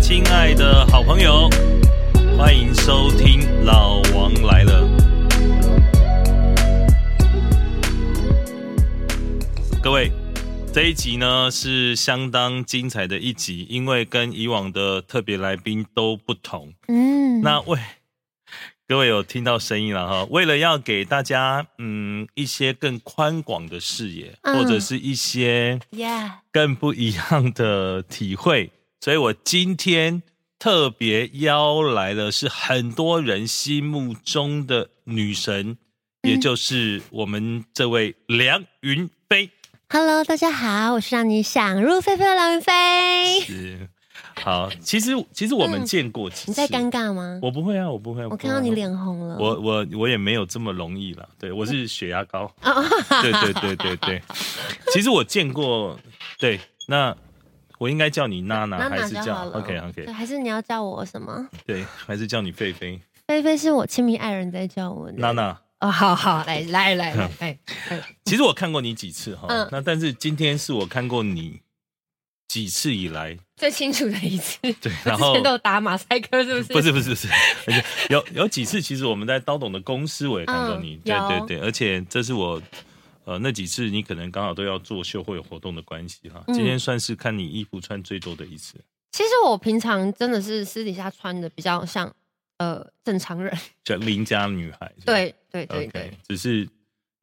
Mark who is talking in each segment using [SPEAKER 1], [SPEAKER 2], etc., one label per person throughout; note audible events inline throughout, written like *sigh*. [SPEAKER 1] 亲爱的好朋友，欢迎收听《老王来了》。各位，这一集呢是相当精彩的一集，因为跟以往的特别来宾都不同。
[SPEAKER 2] 嗯，
[SPEAKER 1] 那为各位有听到声音了哈，为了要给大家嗯一些更宽广的视野，
[SPEAKER 2] 嗯
[SPEAKER 1] 或者是一些
[SPEAKER 2] 呀，
[SPEAKER 1] 更不一样的体会，所以我今天特别邀来的是很多人心目中的女神，也
[SPEAKER 2] 嗯
[SPEAKER 1] 就是我们这位梁云飞。
[SPEAKER 2] Hello，大家好，我是让你想入非非的梁云飞。
[SPEAKER 1] 是，好，其实其实我们
[SPEAKER 2] 嗯
[SPEAKER 1] 见过几次，
[SPEAKER 2] 你在尴尬吗？
[SPEAKER 1] 我不会啊，我不会啊，
[SPEAKER 2] 我
[SPEAKER 1] 不会
[SPEAKER 2] 看
[SPEAKER 1] 啊
[SPEAKER 2] 到你。脸红了。
[SPEAKER 1] 我我我也没有这么容易了，对我是血压高，
[SPEAKER 2] 哦
[SPEAKER 1] 对对对对
[SPEAKER 2] *laughs*
[SPEAKER 1] 对。其实我见过，对，那我应该叫你娜娜
[SPEAKER 2] 娜
[SPEAKER 1] 还
[SPEAKER 2] 娜
[SPEAKER 1] 是
[SPEAKER 2] 就
[SPEAKER 1] 叫
[SPEAKER 2] 好了。
[SPEAKER 1] OK OK
[SPEAKER 2] 对，还是你要叫我什么？
[SPEAKER 1] 对，还是叫你狒狒
[SPEAKER 2] 菲菲是我亲密爱人在叫我的。
[SPEAKER 1] 娜娜。
[SPEAKER 2] 哦，好好，来来来来来，
[SPEAKER 1] *laughs*
[SPEAKER 2] 来
[SPEAKER 1] 其实我看过你几次哈，
[SPEAKER 2] 嗯
[SPEAKER 1] 那但是今天是我看过你几次以来，
[SPEAKER 2] 最清楚的一次。
[SPEAKER 1] 对，*laughs*
[SPEAKER 2] 我
[SPEAKER 1] 然后
[SPEAKER 2] 之前都有打马赛克，是不是？
[SPEAKER 1] 不是不是不是，而且有有几次其实我们在刀董的公司我也看过你，
[SPEAKER 2] 嗯
[SPEAKER 1] 对
[SPEAKER 2] 有
[SPEAKER 1] 对对，而且这是我呃那几次你可能刚好都要做秀会有活动的关系哈，
[SPEAKER 2] 嗯
[SPEAKER 1] 今天算是看你衣服穿最多的一次，
[SPEAKER 2] 其实我平常真的是私底下穿的比较像呃正常人。
[SPEAKER 1] 叫邻家女孩，是吧
[SPEAKER 2] 对对对对
[SPEAKER 1] ，OK，只是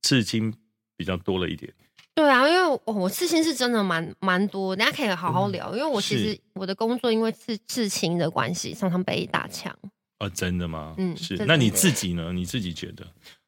[SPEAKER 1] 刺青比较多了一点，
[SPEAKER 2] 对啊，因为我我刺青是真的蛮蛮多，大家可以好好聊。因为我其实
[SPEAKER 1] 嗯是
[SPEAKER 2] 我的工作因为刺刺青的关系，常常被打枪。
[SPEAKER 1] 哦，真的吗？
[SPEAKER 2] 嗯
[SPEAKER 1] 是，
[SPEAKER 2] 真的
[SPEAKER 1] 那你
[SPEAKER 2] 真的
[SPEAKER 1] 自己呢？你自己觉得？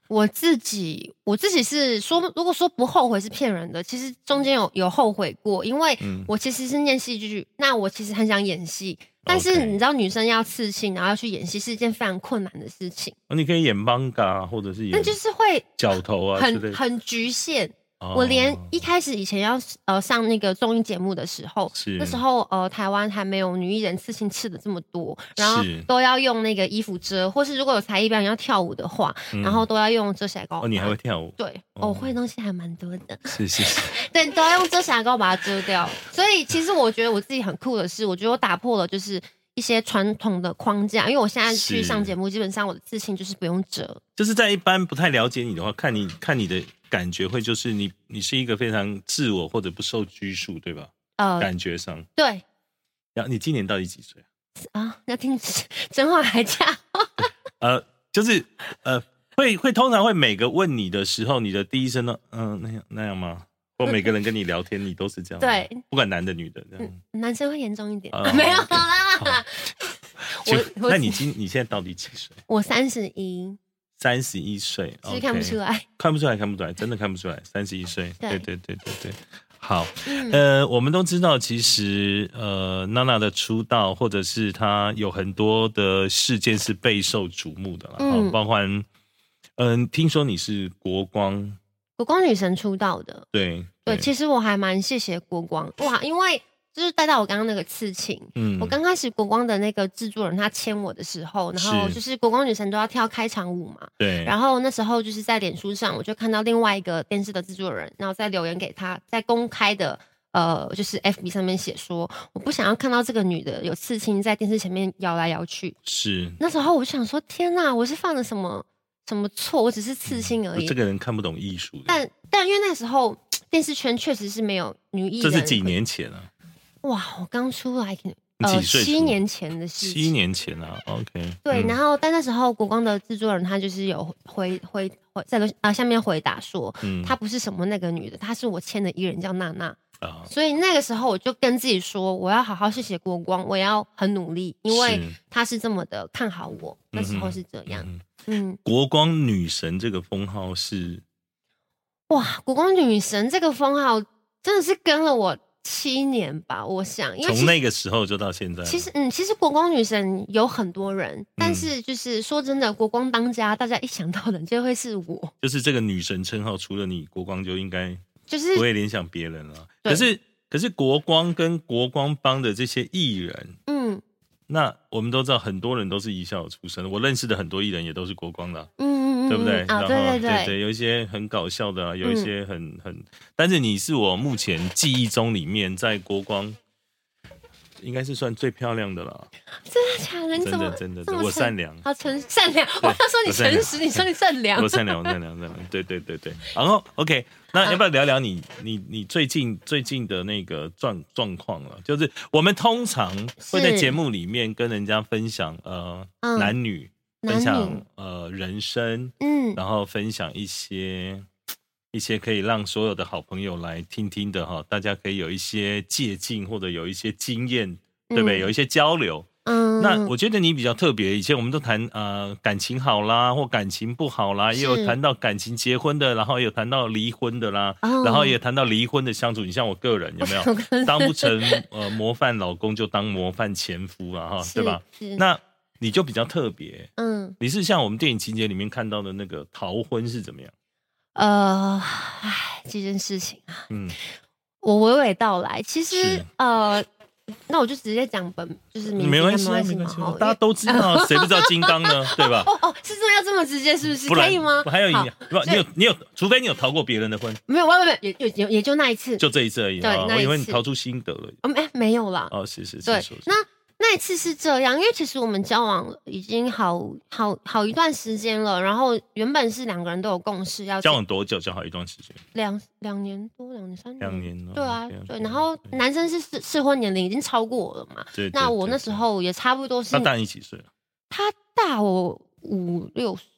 [SPEAKER 2] 我自己我自己是说，如果说不后悔是骗人的，其实中间有有后悔过，因为
[SPEAKER 1] 嗯
[SPEAKER 2] 我其实是念戏剧，那我其实很想演戏，但是
[SPEAKER 1] OK
[SPEAKER 2] 你知道女生要刺青，然后要去演戏是一件非常困难的事情，
[SPEAKER 1] 哦你可以演 manga 啊或者是演
[SPEAKER 2] 那就是会
[SPEAKER 1] 角头啊之类
[SPEAKER 2] 很
[SPEAKER 1] 的。
[SPEAKER 2] 很局限。
[SPEAKER 1] 哦
[SPEAKER 2] 我连一开始以前要呃上那个综艺节目的时候
[SPEAKER 1] 是，
[SPEAKER 2] 那时候呃台湾还没有女艺人刺青刺的这么多，然后
[SPEAKER 1] 是
[SPEAKER 2] 都要用那个衣服遮，或是如果有才艺表演要跳舞的话，
[SPEAKER 1] 嗯
[SPEAKER 2] 然后都要用遮瑕膏。
[SPEAKER 1] 哦，你还会跳
[SPEAKER 2] *laughs*
[SPEAKER 1] 舞？
[SPEAKER 2] 对，
[SPEAKER 1] 哦
[SPEAKER 2] 哦我会的东西还蛮多的， *laughs*
[SPEAKER 1] 是是是，
[SPEAKER 2] 对，哦都要用遮瑕膏把它遮掉。所以其实我觉得我自己很酷的是，我觉得我打破了就是一些传统的框架，因为我现在去
[SPEAKER 1] 是
[SPEAKER 2] 上节目，基本上我的刺青就是不用遮。
[SPEAKER 1] *laughs* 就是在一般不太了解你的话，看你看你的感觉会就是你你是一个非常自我或者不受拘束，对吧？
[SPEAKER 2] 呃，
[SPEAKER 1] 感觉上，
[SPEAKER 2] 对
[SPEAKER 1] 然后你今年到底几岁啊？
[SPEAKER 2] 啊，要听 *laughs* 真话还假话？
[SPEAKER 1] 呃，就是呃，会会通常会每个问你的时候，你的第一声呢，嗯、那样那样吗？或每个人跟你聊天，你都是这样吗，
[SPEAKER 2] 对嗯
[SPEAKER 1] 不管男的女的这样。
[SPEAKER 2] 男生会严重一点， *laughs*
[SPEAKER 1] 哦
[SPEAKER 2] 没有
[SPEAKER 1] OK，
[SPEAKER 2] 啦。
[SPEAKER 1] 就
[SPEAKER 2] 我我
[SPEAKER 1] 那你今你现在到底几岁？
[SPEAKER 2] 我三十一，
[SPEAKER 1] 三十一岁，
[SPEAKER 2] 是不是看不
[SPEAKER 1] OK
[SPEAKER 2] 出来。
[SPEAKER 1] 看不出来，看不出来，真的看不出
[SPEAKER 2] *laughs*
[SPEAKER 1] 来。三十一岁，对
[SPEAKER 2] 对
[SPEAKER 1] 对对对对。好，
[SPEAKER 2] 嗯
[SPEAKER 1] 呃，我们都知道，其实呃，娜娜的出道，或者是她有很多的事件是备受瞩目的啦，
[SPEAKER 2] 嗯
[SPEAKER 1] 嗯、包括嗯、听说你是国光，
[SPEAKER 2] 国光女神出道的，
[SPEAKER 1] 对
[SPEAKER 2] 对，其实我还蛮谢谢国光哇，因为就是带到我刚刚那个刺青。
[SPEAKER 1] 嗯
[SPEAKER 2] 我刚开始国光的那个制作人他签我的时候，然后
[SPEAKER 1] 是
[SPEAKER 2] 就是国光女神都要跳开场舞嘛，
[SPEAKER 1] 对，
[SPEAKER 2] 然后那时候就是在脸书上我就看到另外一个电视的制作人，然后再留言给他，在公开的呃就是 FB 上面写说我不想要看到这个女的有刺青在电视前面摇来摇去，
[SPEAKER 1] 是
[SPEAKER 2] 那时候我就想说，天呐，我是犯了什么什么错？我只是刺青而已。
[SPEAKER 1] 这个人看不懂艺术的，
[SPEAKER 2] 但但因为那时候电视圈确实是没有女艺
[SPEAKER 1] 这
[SPEAKER 2] 人，
[SPEAKER 1] 是几？年前啊，
[SPEAKER 2] 哇，我刚出来，可能
[SPEAKER 1] 你
[SPEAKER 2] 呃
[SPEAKER 1] 几岁出
[SPEAKER 2] 七年前的事情。
[SPEAKER 1] 七年前啊，OK，
[SPEAKER 2] 对，
[SPEAKER 1] 嗯
[SPEAKER 2] 然后但那时候国光的制作人他就是有回回回在呃下面回答说，
[SPEAKER 1] 嗯
[SPEAKER 2] 她不是什么那个女的，她是我签的艺人叫娜娜，
[SPEAKER 1] 啊，
[SPEAKER 2] 所以那个时候我就跟自己说，我要好好谢谢国光，我也要很努力，因为
[SPEAKER 1] 是
[SPEAKER 2] 他是这么的看好我，那时候是这样，
[SPEAKER 1] 嗯
[SPEAKER 2] 嗯
[SPEAKER 1] 国光女神这个封号是
[SPEAKER 2] 哇，国光女神这个封号真的是跟了我七年吧，我想，因为其
[SPEAKER 1] 从
[SPEAKER 2] 实
[SPEAKER 1] 那个时候就到现在吗，
[SPEAKER 2] 其实嗯，其实国光女神有很多人，
[SPEAKER 1] 嗯
[SPEAKER 2] 但是就是说真的，国光当家，大家一想到的就会是我，
[SPEAKER 1] 就是这个女神称号，除了你，国光就应该
[SPEAKER 2] 就是
[SPEAKER 1] 不会联想别人了。
[SPEAKER 2] 对
[SPEAKER 1] 可是，可是国光跟国光帮的这些艺人，
[SPEAKER 2] 嗯
[SPEAKER 1] 那我们都知道，很多人都是艺校出身的。我认识的很多艺人也都是国光的啊，
[SPEAKER 2] 嗯嗯嗯，
[SPEAKER 1] 对不对？
[SPEAKER 2] 嗯
[SPEAKER 1] 然
[SPEAKER 2] 啊，
[SPEAKER 1] 后
[SPEAKER 2] 对嗯
[SPEAKER 1] 对
[SPEAKER 2] 对对，
[SPEAKER 1] 有一些很搞笑的、啊，有一些很、很，但是你是我目前记忆中里面在国光应该是算最漂亮的了。啊
[SPEAKER 2] 真的假的？你
[SPEAKER 1] 真
[SPEAKER 2] 怎么
[SPEAKER 1] 的真的，
[SPEAKER 2] 这
[SPEAKER 1] 真的
[SPEAKER 2] 么
[SPEAKER 1] 我
[SPEAKER 2] 诚
[SPEAKER 1] 善良，
[SPEAKER 2] 好诚善良，我要说你
[SPEAKER 1] 我善良
[SPEAKER 2] 诚实，你说你善良
[SPEAKER 1] 我，哦善良，我善良，善良。对对对对。然后 OK，那要
[SPEAKER 2] 呃
[SPEAKER 1] 不要聊聊你你你最近最近的那个状状况了？就是我们通常会在
[SPEAKER 2] 是
[SPEAKER 1] 节目里面跟人家分享呃、
[SPEAKER 2] 嗯
[SPEAKER 1] 男女分
[SPEAKER 2] 男
[SPEAKER 1] 享
[SPEAKER 2] 女，
[SPEAKER 1] 呃人生，
[SPEAKER 2] 嗯，
[SPEAKER 1] 然后分享一些一些可以让所有的好朋友来听听的哈，大家可以有一些借鉴或者有一些经验，对不对？
[SPEAKER 2] 嗯
[SPEAKER 1] 有一些交流。
[SPEAKER 2] 嗯，
[SPEAKER 1] 那我觉得你比较特别，以前我们都谈呃感情好啦，或感情不好啦，也有
[SPEAKER 2] 是
[SPEAKER 1] 谈到感情结婚的，然后也有谈到离婚的啦，
[SPEAKER 2] 哦
[SPEAKER 1] 然后也谈到离婚的相处。你像我个人有没有
[SPEAKER 2] *laughs* 我刚
[SPEAKER 1] 当不成呃模范老公，就当模范前夫啊哈，对吧？？
[SPEAKER 2] *laughs* 哦是是
[SPEAKER 1] 那你就比较特别，
[SPEAKER 2] 嗯
[SPEAKER 1] 你是像我们电影情节里面看到的那个逃婚是怎么样？
[SPEAKER 2] 呃，唉，这件事情啊，
[SPEAKER 1] 嗯，
[SPEAKER 2] 我娓娓道来。其实
[SPEAKER 1] 是
[SPEAKER 2] 呃，那我就直接讲本，就是名字
[SPEAKER 1] 没关系
[SPEAKER 2] 没
[SPEAKER 1] 啊，
[SPEAKER 2] 关系
[SPEAKER 1] 没
[SPEAKER 2] 嘛
[SPEAKER 1] 关系
[SPEAKER 2] 哦
[SPEAKER 1] 啊，大家都知道，谁不知道金刚
[SPEAKER 2] *laughs*
[SPEAKER 1] 呢？对吧？
[SPEAKER 2] 哦哦，是这么要这么直接，是不是？
[SPEAKER 1] 不
[SPEAKER 2] 可
[SPEAKER 1] 然
[SPEAKER 2] 以吗？
[SPEAKER 1] 还有
[SPEAKER 2] 好
[SPEAKER 1] 你，不，你有你有，除非你有逃过别人的婚，
[SPEAKER 2] 没有，没有，没有，也也也也就那一次，
[SPEAKER 1] 就这一次而已
[SPEAKER 2] 对
[SPEAKER 1] 啊。
[SPEAKER 2] 那
[SPEAKER 1] 我以为
[SPEAKER 2] 一
[SPEAKER 1] 你
[SPEAKER 2] 次
[SPEAKER 1] 逃出心得了。
[SPEAKER 2] 嗯，哎，没有啦。
[SPEAKER 1] 哦，是是是，
[SPEAKER 2] 对
[SPEAKER 1] 是，是
[SPEAKER 2] 那那一次是这样，因为其实我们交往已经好好好一段时间了，然后原本是两个人都有共识要
[SPEAKER 1] 交往多久？交往一段时间，
[SPEAKER 2] 两两年多，两年三年，
[SPEAKER 1] 两。年了。哦
[SPEAKER 2] 对啊
[SPEAKER 1] 这样，嗯
[SPEAKER 2] 对，然后男生是适适婚年龄已经超过我了嘛，
[SPEAKER 1] 对，对
[SPEAKER 2] 那我那时，候也差不多
[SPEAKER 1] 对
[SPEAKER 2] 是
[SPEAKER 1] 对那大你几岁
[SPEAKER 2] 他大我五六岁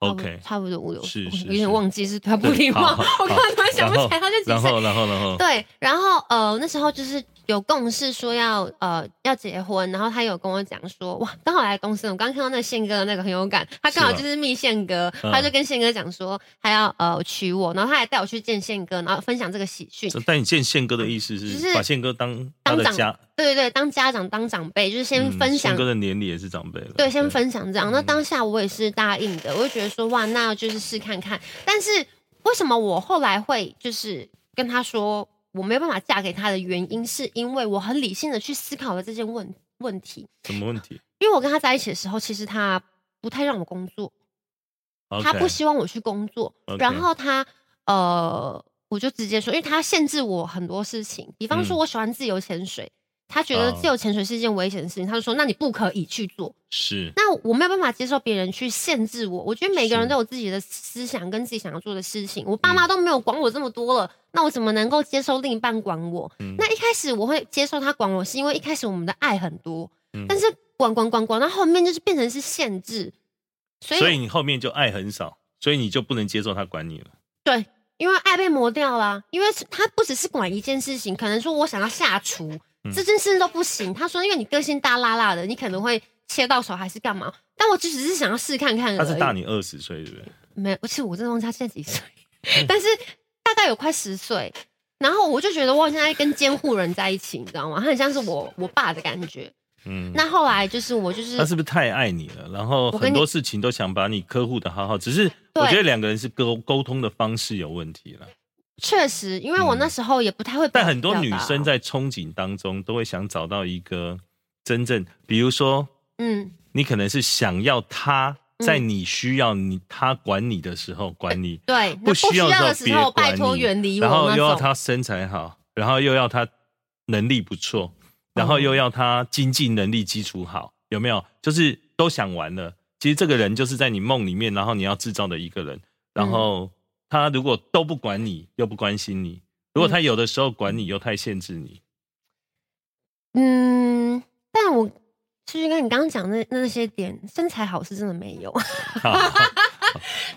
[SPEAKER 2] 差不多
[SPEAKER 1] ？OK，
[SPEAKER 2] 差不多五六岁，
[SPEAKER 1] 是
[SPEAKER 2] 我
[SPEAKER 1] 是
[SPEAKER 2] 有点
[SPEAKER 1] 是
[SPEAKER 2] 忘记是他不
[SPEAKER 1] 对
[SPEAKER 2] 礼貌，
[SPEAKER 1] 好好
[SPEAKER 2] *laughs* 我刚刚突然想不
[SPEAKER 1] 然后
[SPEAKER 2] 起来他就几
[SPEAKER 1] 然
[SPEAKER 2] 岁。
[SPEAKER 1] 后然后然后，
[SPEAKER 2] 对，然后呃那时候就是有共识说要呃要结婚，然后他有跟我讲说哇刚好来公司，我刚刚看到那个宪哥的那个很有感，他刚好
[SPEAKER 1] 是吗
[SPEAKER 2] 就是密宪哥，
[SPEAKER 1] 嗯
[SPEAKER 2] 他就跟宪哥讲说他要呃娶我，然后他还带我去见宪哥，然后分享这个喜讯，
[SPEAKER 1] 这但你见宪哥的意思
[SPEAKER 2] 就是是
[SPEAKER 1] 把宪哥当他的
[SPEAKER 2] 当长
[SPEAKER 1] 家，
[SPEAKER 2] 对对对，当家长当长辈就是先
[SPEAKER 1] 嗯
[SPEAKER 2] 分
[SPEAKER 1] 宪
[SPEAKER 2] 享
[SPEAKER 1] 哥的年龄也是长辈了。
[SPEAKER 2] 对，先分享这样。那
[SPEAKER 1] 嗯
[SPEAKER 2] 当下我也是答应的，我就觉得说哇，那就是试看看。但是为什么我后来会就是跟他说我没有办法嫁给他的原因，是因为我很理性的去思考了这件问问题。
[SPEAKER 1] 什么问题
[SPEAKER 2] 因为我跟他在一起的时候，其实他不太让我工作，
[SPEAKER 1] ？OK？
[SPEAKER 2] 他不希望我去工作
[SPEAKER 1] OK
[SPEAKER 2] 然后他呃，我就直接说，因为他限制我很多事情，比方说
[SPEAKER 1] 嗯
[SPEAKER 2] 我喜欢自由潜水。他觉得
[SPEAKER 1] 哦
[SPEAKER 2] 自由潜水是一件危险的事情，他就说：“那你不可以去做。”
[SPEAKER 1] 是
[SPEAKER 2] 那我没有办法接受别人去限制我。我觉得每个
[SPEAKER 1] 是嗯
[SPEAKER 2] 人都有自己的思想跟自己想要做的事情。我爸妈都没有管我这么多了，那我怎么能够接受另一半管我？
[SPEAKER 1] 嗯
[SPEAKER 2] 那一开始我会接受他管我，是因为一开始我们的爱很多，
[SPEAKER 1] 嗯
[SPEAKER 2] 但是管管管管，到后面就是变成是限制。所以
[SPEAKER 1] 所以你后面就爱很少，所以你就不能接受他管你了。
[SPEAKER 2] 对，因为爱被磨掉啦。因为他不只是管一件事情，可能说我想要下厨、
[SPEAKER 1] 嗯
[SPEAKER 2] 这件事都不行。他说，因为你个性大辣辣的，你可能会切到手还是干嘛？但我只只是想要试看看而已。
[SPEAKER 1] 他是大你二十岁，对不对？
[SPEAKER 2] 没，而且我真的忘记他现在几岁，
[SPEAKER 1] 嗯
[SPEAKER 2] *laughs* 但是大概有快十岁。然后我就觉得我好像在跟监护人在一起，你知道吗？他很像是我我爸的感觉。
[SPEAKER 1] 嗯。
[SPEAKER 2] 那后来就是我就是
[SPEAKER 1] 他是不是太爱你了？然后
[SPEAKER 2] 嗯我跟
[SPEAKER 1] 很
[SPEAKER 2] 你
[SPEAKER 1] 多事情都想把你呵护的好好，只是我觉得两个人是沟沟通的方式有问题了。
[SPEAKER 2] 确实，因为我那时候也不太会表，
[SPEAKER 1] 嗯但很多女生
[SPEAKER 2] 表达
[SPEAKER 1] 在憧憬当中都会想找到一个真正，比如说
[SPEAKER 2] 嗯，
[SPEAKER 1] 你可能是想要他在你需要你、他管你的时候管你，
[SPEAKER 2] 对，那
[SPEAKER 1] 不
[SPEAKER 2] 不
[SPEAKER 1] 需
[SPEAKER 2] 需
[SPEAKER 1] 要
[SPEAKER 2] 要
[SPEAKER 1] 的
[SPEAKER 2] 的
[SPEAKER 1] 时
[SPEAKER 2] 时
[SPEAKER 1] 候
[SPEAKER 2] 候
[SPEAKER 1] 别管你
[SPEAKER 2] 拜托远离我
[SPEAKER 1] 然后
[SPEAKER 2] 那
[SPEAKER 1] 又要
[SPEAKER 2] 种。
[SPEAKER 1] 他身材好，然后又要他能力不错，然后
[SPEAKER 2] 嗯
[SPEAKER 1] 又要他经济能力基础好，有没有？就是都想完了。其实这个人就是在你梦里面，然后你要制造的一个人。然
[SPEAKER 2] 嗯
[SPEAKER 1] 后他如果都不管你，又不关心你；如果他有的时候管你，又太限制你。
[SPEAKER 2] 嗯，但我其实跟你刚刚讲的那那些点，身材好是真的没有， *laughs*
[SPEAKER 1] 好好好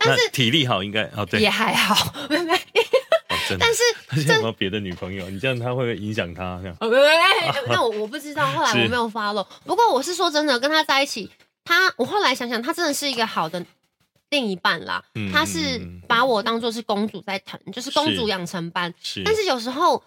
[SPEAKER 1] 那体力好应该哦，对，
[SPEAKER 2] 也
[SPEAKER 1] 哦
[SPEAKER 2] 还好， *laughs* 没没。
[SPEAKER 1] 真的
[SPEAKER 2] 但。是
[SPEAKER 1] 他 *laughs* 现在有没有别的女朋友？你这样他会不会影响他？这样
[SPEAKER 2] 哦，没没没，那我我不知道，后来
[SPEAKER 1] 啊是
[SPEAKER 2] 我没有 follow。不过我是说真的，跟他在一起，他我后来想想，他真的是一个好的另一半啦。
[SPEAKER 1] 嗯
[SPEAKER 2] 他是把我当做是公主在疼，就是公主养成班。
[SPEAKER 1] 是，
[SPEAKER 2] 但是有时候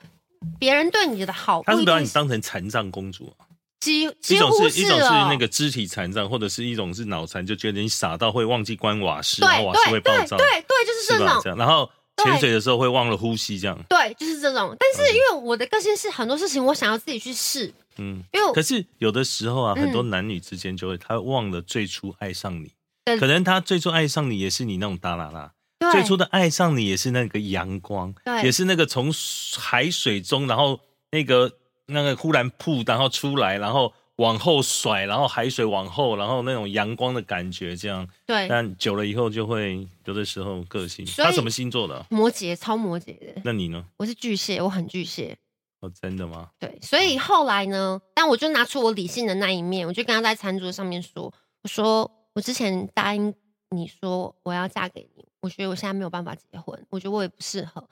[SPEAKER 2] 别人对你的好，
[SPEAKER 1] 他
[SPEAKER 2] 不
[SPEAKER 1] 是
[SPEAKER 2] 一
[SPEAKER 1] 不是把
[SPEAKER 2] 定
[SPEAKER 1] 你当成残障公主啊？
[SPEAKER 2] 几
[SPEAKER 1] 一
[SPEAKER 2] 几
[SPEAKER 1] 种
[SPEAKER 2] 乎
[SPEAKER 1] 是一种是
[SPEAKER 2] 了
[SPEAKER 1] 那个肢体残障，或者是一种是脑残，就觉得你傻到会忘记关瓦斯，
[SPEAKER 2] 对
[SPEAKER 1] 然后瓦斯
[SPEAKER 2] 对
[SPEAKER 1] 啊会
[SPEAKER 2] 对
[SPEAKER 1] 爆
[SPEAKER 2] 对
[SPEAKER 1] 炸，
[SPEAKER 2] 对，就是
[SPEAKER 1] 是
[SPEAKER 2] 这
[SPEAKER 1] 吧？
[SPEAKER 2] 种
[SPEAKER 1] 这。样，然后潜水的时候会忘了呼吸，这样，
[SPEAKER 2] 对，就是这种。但是因为我的个性是很多事情我想要自己去试，
[SPEAKER 1] 嗯。
[SPEAKER 2] 因为我
[SPEAKER 1] 可是有的时候啊，
[SPEAKER 2] 哦嗯
[SPEAKER 1] 很多男女之间就会他忘了最初爱上你，
[SPEAKER 2] 对
[SPEAKER 1] 可能他最初爱上你也是你那种大啦啦，
[SPEAKER 2] 对
[SPEAKER 1] 最初的爱上你也是那个阳光，
[SPEAKER 2] 对
[SPEAKER 1] 也是那个从海水中然后那个那个忽然噗，然后出来，然后往后甩，然后海水往后，然后那种阳光的感觉，这样。
[SPEAKER 2] 对，
[SPEAKER 1] 但久了以后就会有的时候个性。
[SPEAKER 2] 所以
[SPEAKER 1] 他什么星座的啊、
[SPEAKER 2] 摩羯超摩羯的，
[SPEAKER 1] 那你呢？
[SPEAKER 2] 我是巨蟹，我很巨蟹。
[SPEAKER 1] 哦，真的吗？
[SPEAKER 2] 对，所以后来呢，但我就拿出我理性的那一面，我就跟他在餐桌上面说：“我说我之前答应你说我要嫁给你，我觉得我现在没有办法结婚，我觉得我也不适合，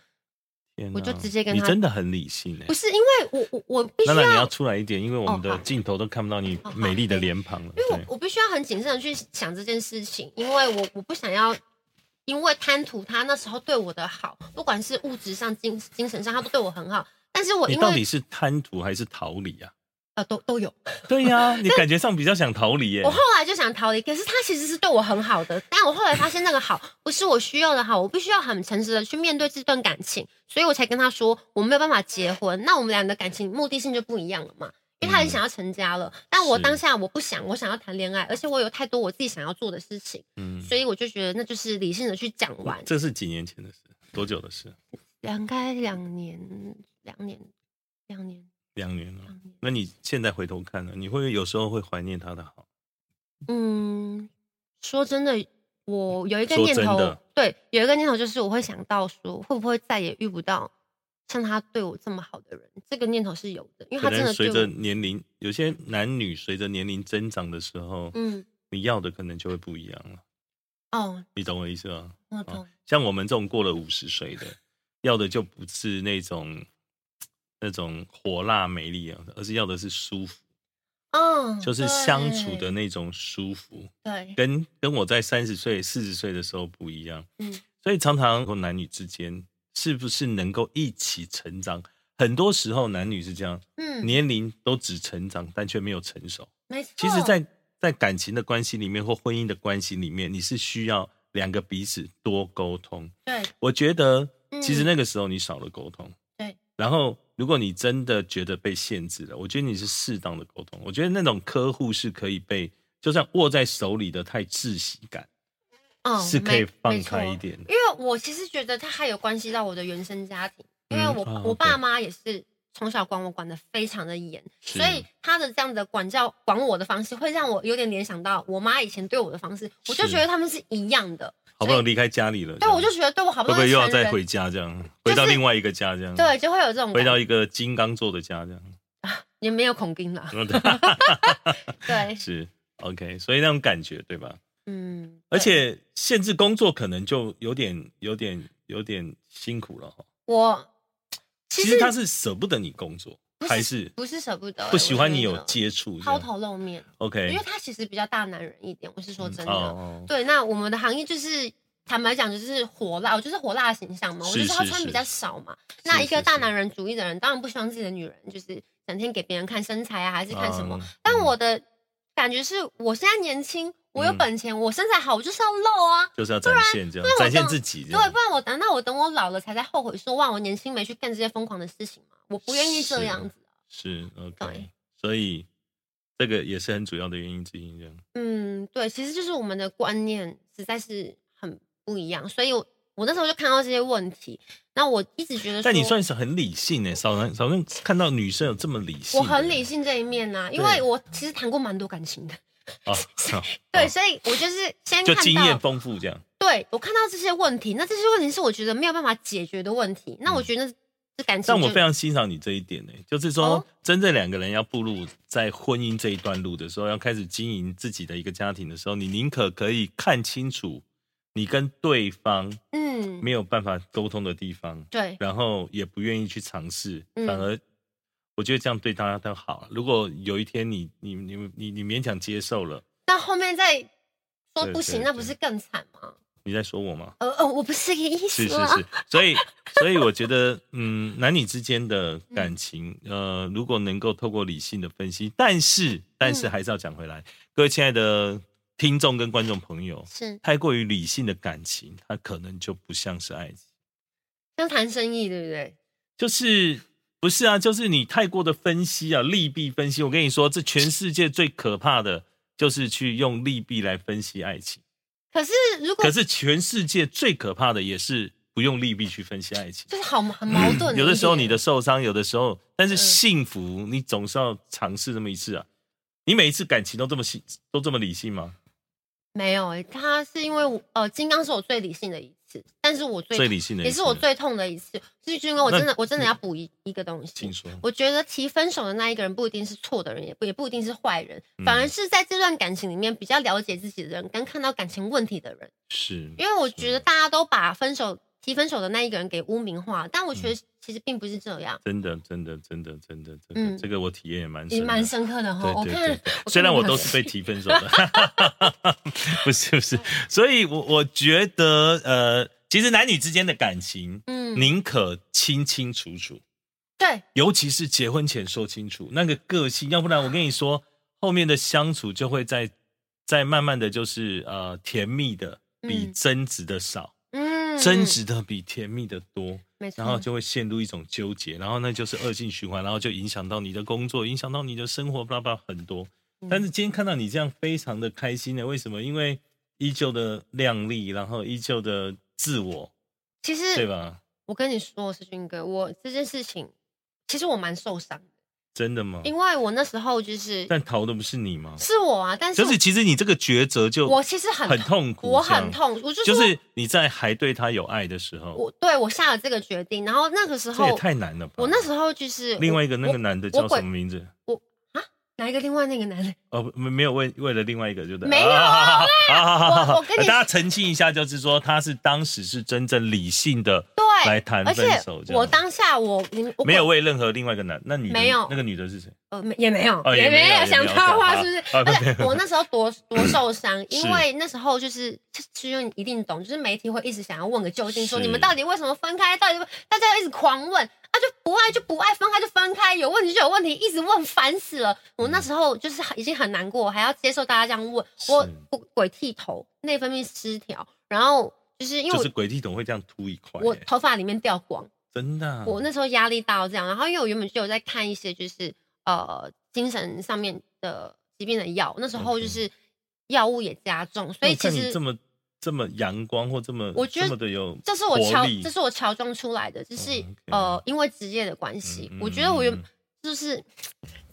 [SPEAKER 1] 天
[SPEAKER 2] 我就
[SPEAKER 1] 哪
[SPEAKER 2] 直接跟
[SPEAKER 1] 你
[SPEAKER 2] 他
[SPEAKER 1] 真的很理性哎
[SPEAKER 2] 不。是因为我我我必须
[SPEAKER 1] 娜娜，你
[SPEAKER 2] 要
[SPEAKER 1] 要出来一点，因为我们
[SPEAKER 2] 哦
[SPEAKER 1] 的
[SPEAKER 2] 好
[SPEAKER 1] 镜头都看不到你
[SPEAKER 2] 哦好
[SPEAKER 1] 美丽的脸庞了。
[SPEAKER 2] 因为
[SPEAKER 1] 对，
[SPEAKER 2] 我我必须要很谨慎的去想这件事情，因为我我不想要因为贪图他那时候对我的好，不管是物质上、精精神上，他都对我很好。但是我
[SPEAKER 1] 你
[SPEAKER 2] 因
[SPEAKER 1] 到
[SPEAKER 2] 为
[SPEAKER 1] 底是贪图还是逃离
[SPEAKER 2] *laughs*
[SPEAKER 1] 啊？
[SPEAKER 2] 呃都都有，
[SPEAKER 1] 对呀、你感觉上比较想逃离耶
[SPEAKER 2] 我。后来就想逃离，可是他其实是对我很好的，但我后来发现那个好不是我需要的好，我必须要很诚实的去面对这段感情，所以我才跟他说我没有办法结婚，那我们俩的感情目的性就不一样了嘛。因为他很想要成家了，但我
[SPEAKER 1] 嗯是
[SPEAKER 2] 当下我不想，我想要谈恋爱，而且我有太多我自己想要做的事情，
[SPEAKER 1] 嗯，
[SPEAKER 2] 所以我就觉得那就是理性的去讲完。
[SPEAKER 1] 这是几年前的事，多久的事？
[SPEAKER 2] 两该两年，两年，两年，
[SPEAKER 1] 两年了。
[SPEAKER 2] 两年。
[SPEAKER 1] 那你现在回头看呢？你会不会有时候会怀念他的好？
[SPEAKER 2] 嗯，说真的，我有一个
[SPEAKER 1] 嗯说
[SPEAKER 2] 念
[SPEAKER 1] 真
[SPEAKER 2] 头
[SPEAKER 1] 的，
[SPEAKER 2] 对，有一个念头就是我会想到说，会不会再也遇不到像他对我这么好的人？这个念头是有的，因为
[SPEAKER 1] 可
[SPEAKER 2] 他真
[SPEAKER 1] 能
[SPEAKER 2] 的对
[SPEAKER 1] 随
[SPEAKER 2] 我
[SPEAKER 1] 着年龄，有些男女随着年龄增长的时候，
[SPEAKER 2] 嗯，
[SPEAKER 1] 你要的可能就会不一样了。
[SPEAKER 2] 哦，
[SPEAKER 1] 你懂我意思吗？
[SPEAKER 2] 我懂，
[SPEAKER 1] 像我们这种过了五十岁的，要的就不是那种那种火辣美丽啊，而是要的是舒服，
[SPEAKER 2] 嗯，
[SPEAKER 1] 就是相处的那种舒服，
[SPEAKER 2] 对，对，
[SPEAKER 1] 跟跟我在三十岁、四十岁的时候不一样。
[SPEAKER 2] 嗯，
[SPEAKER 1] 所以常常和男女之间是不是能够一起成长？很多时候男女是这样，
[SPEAKER 2] 嗯，
[SPEAKER 1] 年龄都只成长，但却没有成熟。
[SPEAKER 2] 没错，
[SPEAKER 1] 其实在，在感情的关系里面或婚姻的关系里面，你是需要两个彼此多沟通。
[SPEAKER 2] 对
[SPEAKER 1] 我觉得，其实
[SPEAKER 2] 嗯
[SPEAKER 1] 那个时候你少了沟通，
[SPEAKER 2] 对，
[SPEAKER 1] 然后如果你真的觉得被限制了，我觉得你是适当的沟通。我觉得那种呵护是可以被，就算握在手里的太窒息感，
[SPEAKER 2] 嗯，
[SPEAKER 1] 是可以
[SPEAKER 2] 没
[SPEAKER 1] 放开一。
[SPEAKER 2] 没错
[SPEAKER 1] 点的。
[SPEAKER 2] 因为我其实觉得他还有关系到我的原生家庭，因为
[SPEAKER 1] 嗯
[SPEAKER 2] 我、
[SPEAKER 1] 啊
[SPEAKER 2] 我
[SPEAKER 1] OK
[SPEAKER 2] 爸妈也是从小管我管的非常的严，
[SPEAKER 1] 是
[SPEAKER 2] 所以他的这样的管教管我的方式，会让我有点联想到我妈以前对我的方式，我就是觉得他们是一样的。
[SPEAKER 1] 好不容易离开家里了，
[SPEAKER 2] 对，我就
[SPEAKER 1] 这样
[SPEAKER 2] 觉得对我好不
[SPEAKER 1] 会不
[SPEAKER 2] 容
[SPEAKER 1] 会
[SPEAKER 2] 易
[SPEAKER 1] 又要
[SPEAKER 2] 成
[SPEAKER 1] 再
[SPEAKER 2] 人，
[SPEAKER 1] 回家这样，回到另外一个家这样，，
[SPEAKER 2] 对，就会有这种
[SPEAKER 1] 回
[SPEAKER 2] 感
[SPEAKER 1] 到
[SPEAKER 2] 觉
[SPEAKER 1] 一个金刚座的家这样。 *laughs*
[SPEAKER 2] 也没有恐惊了。对，
[SPEAKER 1] 是 OK，所以那种感觉对吧？
[SPEAKER 2] 嗯，
[SPEAKER 1] 而
[SPEAKER 2] 对
[SPEAKER 1] 且限制工作可能就有点、有点、有点辛苦了哈。
[SPEAKER 2] 我其
[SPEAKER 1] 其
[SPEAKER 2] 实
[SPEAKER 1] 实他是舍不得你工作，
[SPEAKER 2] 不是
[SPEAKER 1] 还是
[SPEAKER 2] 不是舍不得，
[SPEAKER 1] 不喜欢你有
[SPEAKER 2] 我觉得
[SPEAKER 1] 接触这
[SPEAKER 2] 抛
[SPEAKER 1] 样
[SPEAKER 2] 头露面，因
[SPEAKER 1] OK
[SPEAKER 2] 为他其实比较大男人一点，我是说真的。
[SPEAKER 1] 哦，哦
[SPEAKER 2] 对，那我们的行业就是坦白讲，就是火辣，我哦就是火辣的形象嘛，我
[SPEAKER 1] 是
[SPEAKER 2] 就是要
[SPEAKER 1] 是
[SPEAKER 2] 穿比
[SPEAKER 1] 是
[SPEAKER 2] 较少嘛。
[SPEAKER 1] 是
[SPEAKER 2] 那一个
[SPEAKER 1] 是
[SPEAKER 2] 大
[SPEAKER 1] 是
[SPEAKER 2] 男人主义的人，当然不希望自己的女人就是整天给别人看身材啊，还是看什么。
[SPEAKER 1] 嗯
[SPEAKER 2] 但我的感觉是，我现在年轻，我有
[SPEAKER 1] 嗯
[SPEAKER 2] 本钱，我身材好，我就是要露啊。
[SPEAKER 1] 就是要展现这样，
[SPEAKER 2] 然我
[SPEAKER 1] 展现
[SPEAKER 2] 当
[SPEAKER 1] 自己这
[SPEAKER 2] 对，
[SPEAKER 1] 样。
[SPEAKER 2] 不然我难道我等我老了才在后悔说哇，我年轻没去干这些疯狂的事情吗？我不愿意这
[SPEAKER 1] 是
[SPEAKER 2] 样子。
[SPEAKER 1] 是 OK，
[SPEAKER 2] 对
[SPEAKER 1] 所以这个也是很主要的原因之一这样。
[SPEAKER 2] 嗯，对，其实就是我们的观念实在是很不一样，所以我我那时候就看到这些问题，那我一直觉得说，
[SPEAKER 1] 但你算是很理性诶，少人少人看到女生有这么理性
[SPEAKER 2] 我
[SPEAKER 1] 的人。
[SPEAKER 2] 很理性这一面呐、因为我其实谈过蛮多感情的，
[SPEAKER 1] 啊，
[SPEAKER 2] *laughs* 对，
[SPEAKER 1] 哦
[SPEAKER 2] 所以我就是先
[SPEAKER 1] 就
[SPEAKER 2] 看
[SPEAKER 1] 经验
[SPEAKER 2] 到，
[SPEAKER 1] 丰富这样。
[SPEAKER 2] 对我看到这些问题，那这些问题是我觉得没有办法解决的问题，那我觉得这感情
[SPEAKER 1] 嗯但
[SPEAKER 2] 就，
[SPEAKER 1] 我非常欣赏你这一点呢、欸就是说，
[SPEAKER 2] 哦
[SPEAKER 1] 真正两个人要步入在婚姻这一段路的时候，要开始经营自己的一个家庭的时候，你宁可可以看清楚你跟对方
[SPEAKER 2] 嗯，
[SPEAKER 1] 没有办法沟通的地方，
[SPEAKER 2] 对，
[SPEAKER 1] 然后也不愿意去尝试，
[SPEAKER 2] 嗯
[SPEAKER 1] 反而我觉得这样对大家都好。如果有一天你你你你你勉强接受了，
[SPEAKER 2] 但后面再说
[SPEAKER 1] 对
[SPEAKER 2] 不行，
[SPEAKER 1] 对
[SPEAKER 2] 那不
[SPEAKER 1] 对
[SPEAKER 2] 是更惨吗？
[SPEAKER 1] 你在说我吗？
[SPEAKER 2] 呃呃，我不是这个意
[SPEAKER 1] *laughs*
[SPEAKER 2] 思啊
[SPEAKER 1] 是是
[SPEAKER 2] 啦，
[SPEAKER 1] 是，所以所以我觉得，嗯，男女之间的感情，呃，如果能够透过理性的分析，但是但是
[SPEAKER 2] 嗯
[SPEAKER 1] 还是要讲回来，各位亲爱的听众跟观众朋友，
[SPEAKER 2] 是
[SPEAKER 1] 太过于理性的感情，它可能就不像是爱情，
[SPEAKER 2] 像谈生意对不对？
[SPEAKER 1] 就是。不是啊，就是你太过的分析啊，利弊分析。我跟你说，这全世界最可怕的就是去用利弊来分析爱情。
[SPEAKER 2] 可是如果
[SPEAKER 1] 可是全世界最可怕的也是不用利弊去分析爱情。
[SPEAKER 2] 就是好很矛盾。
[SPEAKER 1] 嗯有的时候你的受伤，有的时候，但
[SPEAKER 2] 嗯
[SPEAKER 1] 是幸福你总是要尝试这么一次啊！你每一次感情都这么细，都这么理性吗？
[SPEAKER 2] 没有欸，他是因为我呃，金刚是我最理性的一次，但是我最
[SPEAKER 1] 最理性的一
[SPEAKER 2] 也
[SPEAKER 1] 次
[SPEAKER 2] 是我最痛的一次。所以军哥，我
[SPEAKER 1] 那
[SPEAKER 2] 真的我真的要补一一个东西
[SPEAKER 1] 听。说
[SPEAKER 2] 我觉得提分手的那一个人不一定是错的人，也不也不一定是坏人，
[SPEAKER 1] 嗯
[SPEAKER 2] 反而是在这段感情里面比较了解自己的人，跟看到感情问题的人。
[SPEAKER 1] 是，
[SPEAKER 2] 因为我觉得大家都把分手提分手的那一个人给污名化，但我觉得其实并不是这样，
[SPEAKER 1] 真的，真的，真的，真的，真的，
[SPEAKER 2] 嗯
[SPEAKER 1] 这个我体验也蛮
[SPEAKER 2] 也
[SPEAKER 1] 深
[SPEAKER 2] 蛮
[SPEAKER 1] 的。
[SPEAKER 2] 深刻的哈。我
[SPEAKER 1] 对对对
[SPEAKER 2] 看
[SPEAKER 1] 对，虽然我都是被提分手的， *laughs* 不是不是，所以我我觉得呃，其实男女之间的感情，
[SPEAKER 2] 嗯，
[SPEAKER 1] 宁可清清楚楚，
[SPEAKER 2] 对
[SPEAKER 1] 尤其是结婚前说清楚那个个性，要不然我跟你说，后面的相处就会在在慢慢的就是呃甜蜜的比
[SPEAKER 2] 嗯
[SPEAKER 1] 争执的少，
[SPEAKER 2] 嗯，
[SPEAKER 1] 争执的比甜蜜的多，
[SPEAKER 2] 没错，
[SPEAKER 1] 然后就会陷入一种纠结，然后那就是恶性循环，然后就影响到你的工作，影响到你的生活，巴拉巴拉很多。
[SPEAKER 2] 嗯
[SPEAKER 1] 但是今天看到你这样，非常的开心呢。为什么？因为依旧的靓丽，然后依旧的自我，
[SPEAKER 2] 其实
[SPEAKER 1] 对吧？
[SPEAKER 2] 我跟你说，世军哥，我这件事情其实我蛮受伤的，
[SPEAKER 1] 真的吗？
[SPEAKER 2] 因为我那时候就是
[SPEAKER 1] 但逃的不是你吗？
[SPEAKER 2] 是我啊，但是
[SPEAKER 1] 就
[SPEAKER 2] 我
[SPEAKER 1] 是其实你这个抉择就
[SPEAKER 2] 我其实很
[SPEAKER 1] 很痛苦，
[SPEAKER 2] 我
[SPEAKER 1] 这样
[SPEAKER 2] 很，痛，我就
[SPEAKER 1] 就
[SPEAKER 2] 说
[SPEAKER 1] 是你在还对他有爱的时候，
[SPEAKER 2] 我对我下了这个决定，然后那个时
[SPEAKER 1] 这
[SPEAKER 2] 候
[SPEAKER 1] 也太难了吧？
[SPEAKER 2] 我那时候就是
[SPEAKER 1] 另
[SPEAKER 2] 我
[SPEAKER 1] 外一个那个男的
[SPEAKER 2] 我
[SPEAKER 1] 叫
[SPEAKER 2] 鬼
[SPEAKER 1] 什么名字？
[SPEAKER 2] 哪一个另外那个男的，
[SPEAKER 1] 哦，没没有为为了另外一个就对，
[SPEAKER 2] 没有啊
[SPEAKER 1] 好好好好呃
[SPEAKER 2] 我跟你
[SPEAKER 1] 大家澄清一下，就是说他是当时是真正理性的来
[SPEAKER 2] 对，
[SPEAKER 1] 谈
[SPEAKER 2] 而
[SPEAKER 1] 分
[SPEAKER 2] 且
[SPEAKER 1] 手，这样
[SPEAKER 2] 我当下我你我
[SPEAKER 1] 没有为任何另外一个男，那女的
[SPEAKER 2] 没有
[SPEAKER 1] 那个女的是谁？
[SPEAKER 2] 呃没也没有、
[SPEAKER 1] 哦也
[SPEAKER 2] 也
[SPEAKER 1] 没有
[SPEAKER 2] 没
[SPEAKER 1] 也没有
[SPEAKER 2] 想套话是不是？
[SPEAKER 1] 好好
[SPEAKER 2] 而且我那时候多多受伤，
[SPEAKER 1] 是
[SPEAKER 2] 因为那时候就是其实你一定懂，就是媒体会一直想要问个究竟，说
[SPEAKER 1] 是
[SPEAKER 2] 你们到底为什么分开？到底大家一直狂问，啊就不爱就不爱，分开就分开，有问题就有问题，一直问烦死了。我
[SPEAKER 1] 嗯
[SPEAKER 2] 那时候就是已经很难过，还要接受大家这样问，
[SPEAKER 1] 是
[SPEAKER 2] 我我鬼剃头，内分泌失调，然后就是因为
[SPEAKER 1] 就
[SPEAKER 2] 我、
[SPEAKER 1] 是鬼剃头会这样秃一块，
[SPEAKER 2] 我
[SPEAKER 1] 哎
[SPEAKER 2] 头发里面掉光。
[SPEAKER 1] 真的啊，
[SPEAKER 2] 我那时候压力大到这样，然后因为我原本就有在看一些就是呃精神上面的疾病的药，那时候
[SPEAKER 1] OK
[SPEAKER 2] 就是药物也加重，所
[SPEAKER 1] 嗯
[SPEAKER 2] 以
[SPEAKER 1] 我看
[SPEAKER 2] 其
[SPEAKER 1] 你
[SPEAKER 2] 实
[SPEAKER 1] 这么这么阳光或这么
[SPEAKER 2] 我觉得
[SPEAKER 1] 这么的有，
[SPEAKER 2] 这是我乔
[SPEAKER 1] 活力，哦
[SPEAKER 2] 这是我乔装出来的，就是、
[SPEAKER 1] OK
[SPEAKER 2] 呃因为职业的关系，
[SPEAKER 1] 嗯
[SPEAKER 2] 我觉得我
[SPEAKER 1] 嗯
[SPEAKER 2] 原
[SPEAKER 1] 嗯
[SPEAKER 2] 就是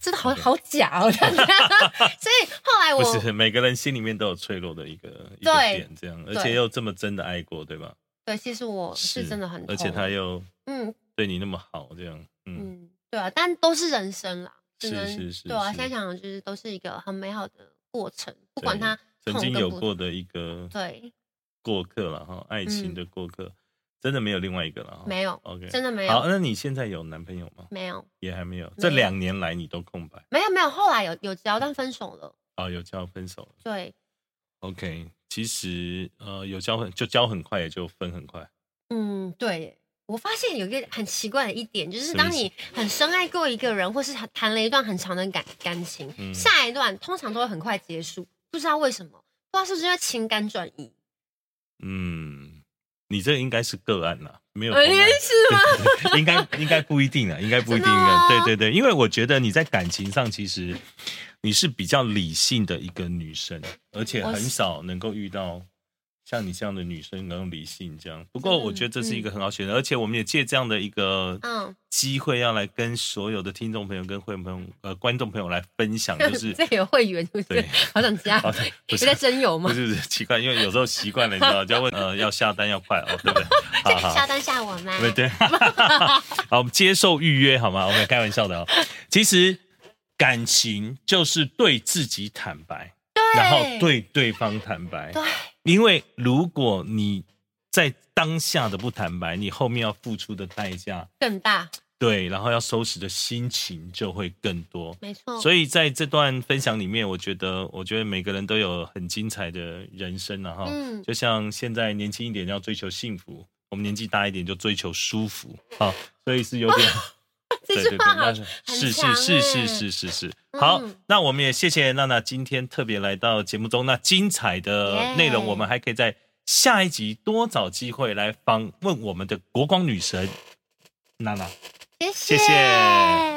[SPEAKER 2] 真的好好假哦，这样子 *laughs* 所以后来
[SPEAKER 1] 不
[SPEAKER 2] 我
[SPEAKER 1] 是每个人心里面都有脆弱的一个一个
[SPEAKER 2] 对
[SPEAKER 1] 点，这样，而
[SPEAKER 2] 对
[SPEAKER 1] 且又这么真的爱过，对吧？
[SPEAKER 2] 对，其实我是真的很痛，
[SPEAKER 1] 而且他又
[SPEAKER 2] 嗯
[SPEAKER 1] 对你那么好，这样，嗯，
[SPEAKER 2] 嗯对啊，但都是人生啦，只
[SPEAKER 1] 是
[SPEAKER 2] 能
[SPEAKER 1] 是是
[SPEAKER 2] 对啊，
[SPEAKER 1] 是
[SPEAKER 2] 现在想就是都是一个很美好的过程，不管
[SPEAKER 1] 对
[SPEAKER 2] 他
[SPEAKER 1] 曾经
[SPEAKER 2] 痛跟
[SPEAKER 1] 有
[SPEAKER 2] 不
[SPEAKER 1] 过的一个
[SPEAKER 2] 对
[SPEAKER 1] 过客了哈，爱情的过客，真的没有另外一个了哈，
[SPEAKER 2] 嗯没有。
[SPEAKER 1] 哦 OK，
[SPEAKER 2] 真的没
[SPEAKER 1] 好，
[SPEAKER 2] 有，
[SPEAKER 1] 那你现在有男朋友吗？
[SPEAKER 2] 没有，
[SPEAKER 1] 也还没有，这两年来你都空白
[SPEAKER 2] 没有，没有。后来有有交，但分手了。
[SPEAKER 1] 啊、哦，有交分手了。
[SPEAKER 2] 对，
[SPEAKER 1] OK，其实呃，有交很就交很快，也就分很快。
[SPEAKER 2] 嗯，对耶。我发现有一个很奇怪的一点，就是
[SPEAKER 1] 什么
[SPEAKER 2] 当
[SPEAKER 1] 意思
[SPEAKER 2] 你很深爱过一个人，或是谈了一段很长的感感情，
[SPEAKER 1] 嗯
[SPEAKER 2] 下一段通常都会很快结束，不知道为什么，不知道是不是因为情感转移，
[SPEAKER 1] 嗯，你这应该是个案啦，没 *laughs* 有同
[SPEAKER 2] 哎
[SPEAKER 1] 案。
[SPEAKER 2] 是吗？
[SPEAKER 1] *laughs* 应该应该不一定啊，应该不一定
[SPEAKER 2] 真的吗
[SPEAKER 1] 对对对，因为我觉得你在感情上其实你是比较理性的一个女生，而且很少能够遇到像你这样的女生能够理性这样。不过
[SPEAKER 2] 嗯
[SPEAKER 1] 我觉得这是一个很好选择，而且我们也借这样的一个
[SPEAKER 2] 嗯
[SPEAKER 1] 机会，要来跟所有的听众朋友、跟会员朋友、呃观众朋友来分
[SPEAKER 2] *laughs*
[SPEAKER 1] 享，就是
[SPEAKER 2] 这有会员是不是
[SPEAKER 1] 对？
[SPEAKER 2] 好想加
[SPEAKER 1] 好的，不
[SPEAKER 2] 有
[SPEAKER 1] 是
[SPEAKER 2] 在真有
[SPEAKER 1] 不
[SPEAKER 2] 吗？
[SPEAKER 1] 是不是奇怪，因为有时候习惯了，你知道，就要问呃要下单要快哦，对不
[SPEAKER 2] *laughs*
[SPEAKER 1] 对？好好。
[SPEAKER 2] 下单下我吗？
[SPEAKER 1] 对对， *laughs* 好，我们接受预约好吗？我们开玩笑的哦。其实感情就是对自己坦白，然后对对方坦白。
[SPEAKER 2] 对，
[SPEAKER 1] 因为如果你在当下的不坦白，你后面要付出的代价，
[SPEAKER 2] 更大，
[SPEAKER 1] 对，然后要收拾的心情就会更多。
[SPEAKER 2] 没错。
[SPEAKER 1] 所以在这段分享里面，我觉得，我觉得每个人都有很精彩的人生然后
[SPEAKER 2] 嗯
[SPEAKER 1] 就像现在年轻一点要追求幸福，我们年纪大一点就追求舒服啊，所以是有 *laughs* 点。
[SPEAKER 2] 哦这
[SPEAKER 1] 对
[SPEAKER 2] 句
[SPEAKER 1] 对对，
[SPEAKER 2] 话好
[SPEAKER 1] 那是是
[SPEAKER 2] 强
[SPEAKER 1] 是是
[SPEAKER 2] 欸
[SPEAKER 1] 是是是。好
[SPEAKER 2] 嗯，
[SPEAKER 1] 那我们也谢谢娜娜今天特别来到节目中，那精彩的
[SPEAKER 2] 耶
[SPEAKER 1] 内容我们还可以在下一集多找机会来访问我们的国光女神娜娜。
[SPEAKER 2] 谢谢
[SPEAKER 1] 谢谢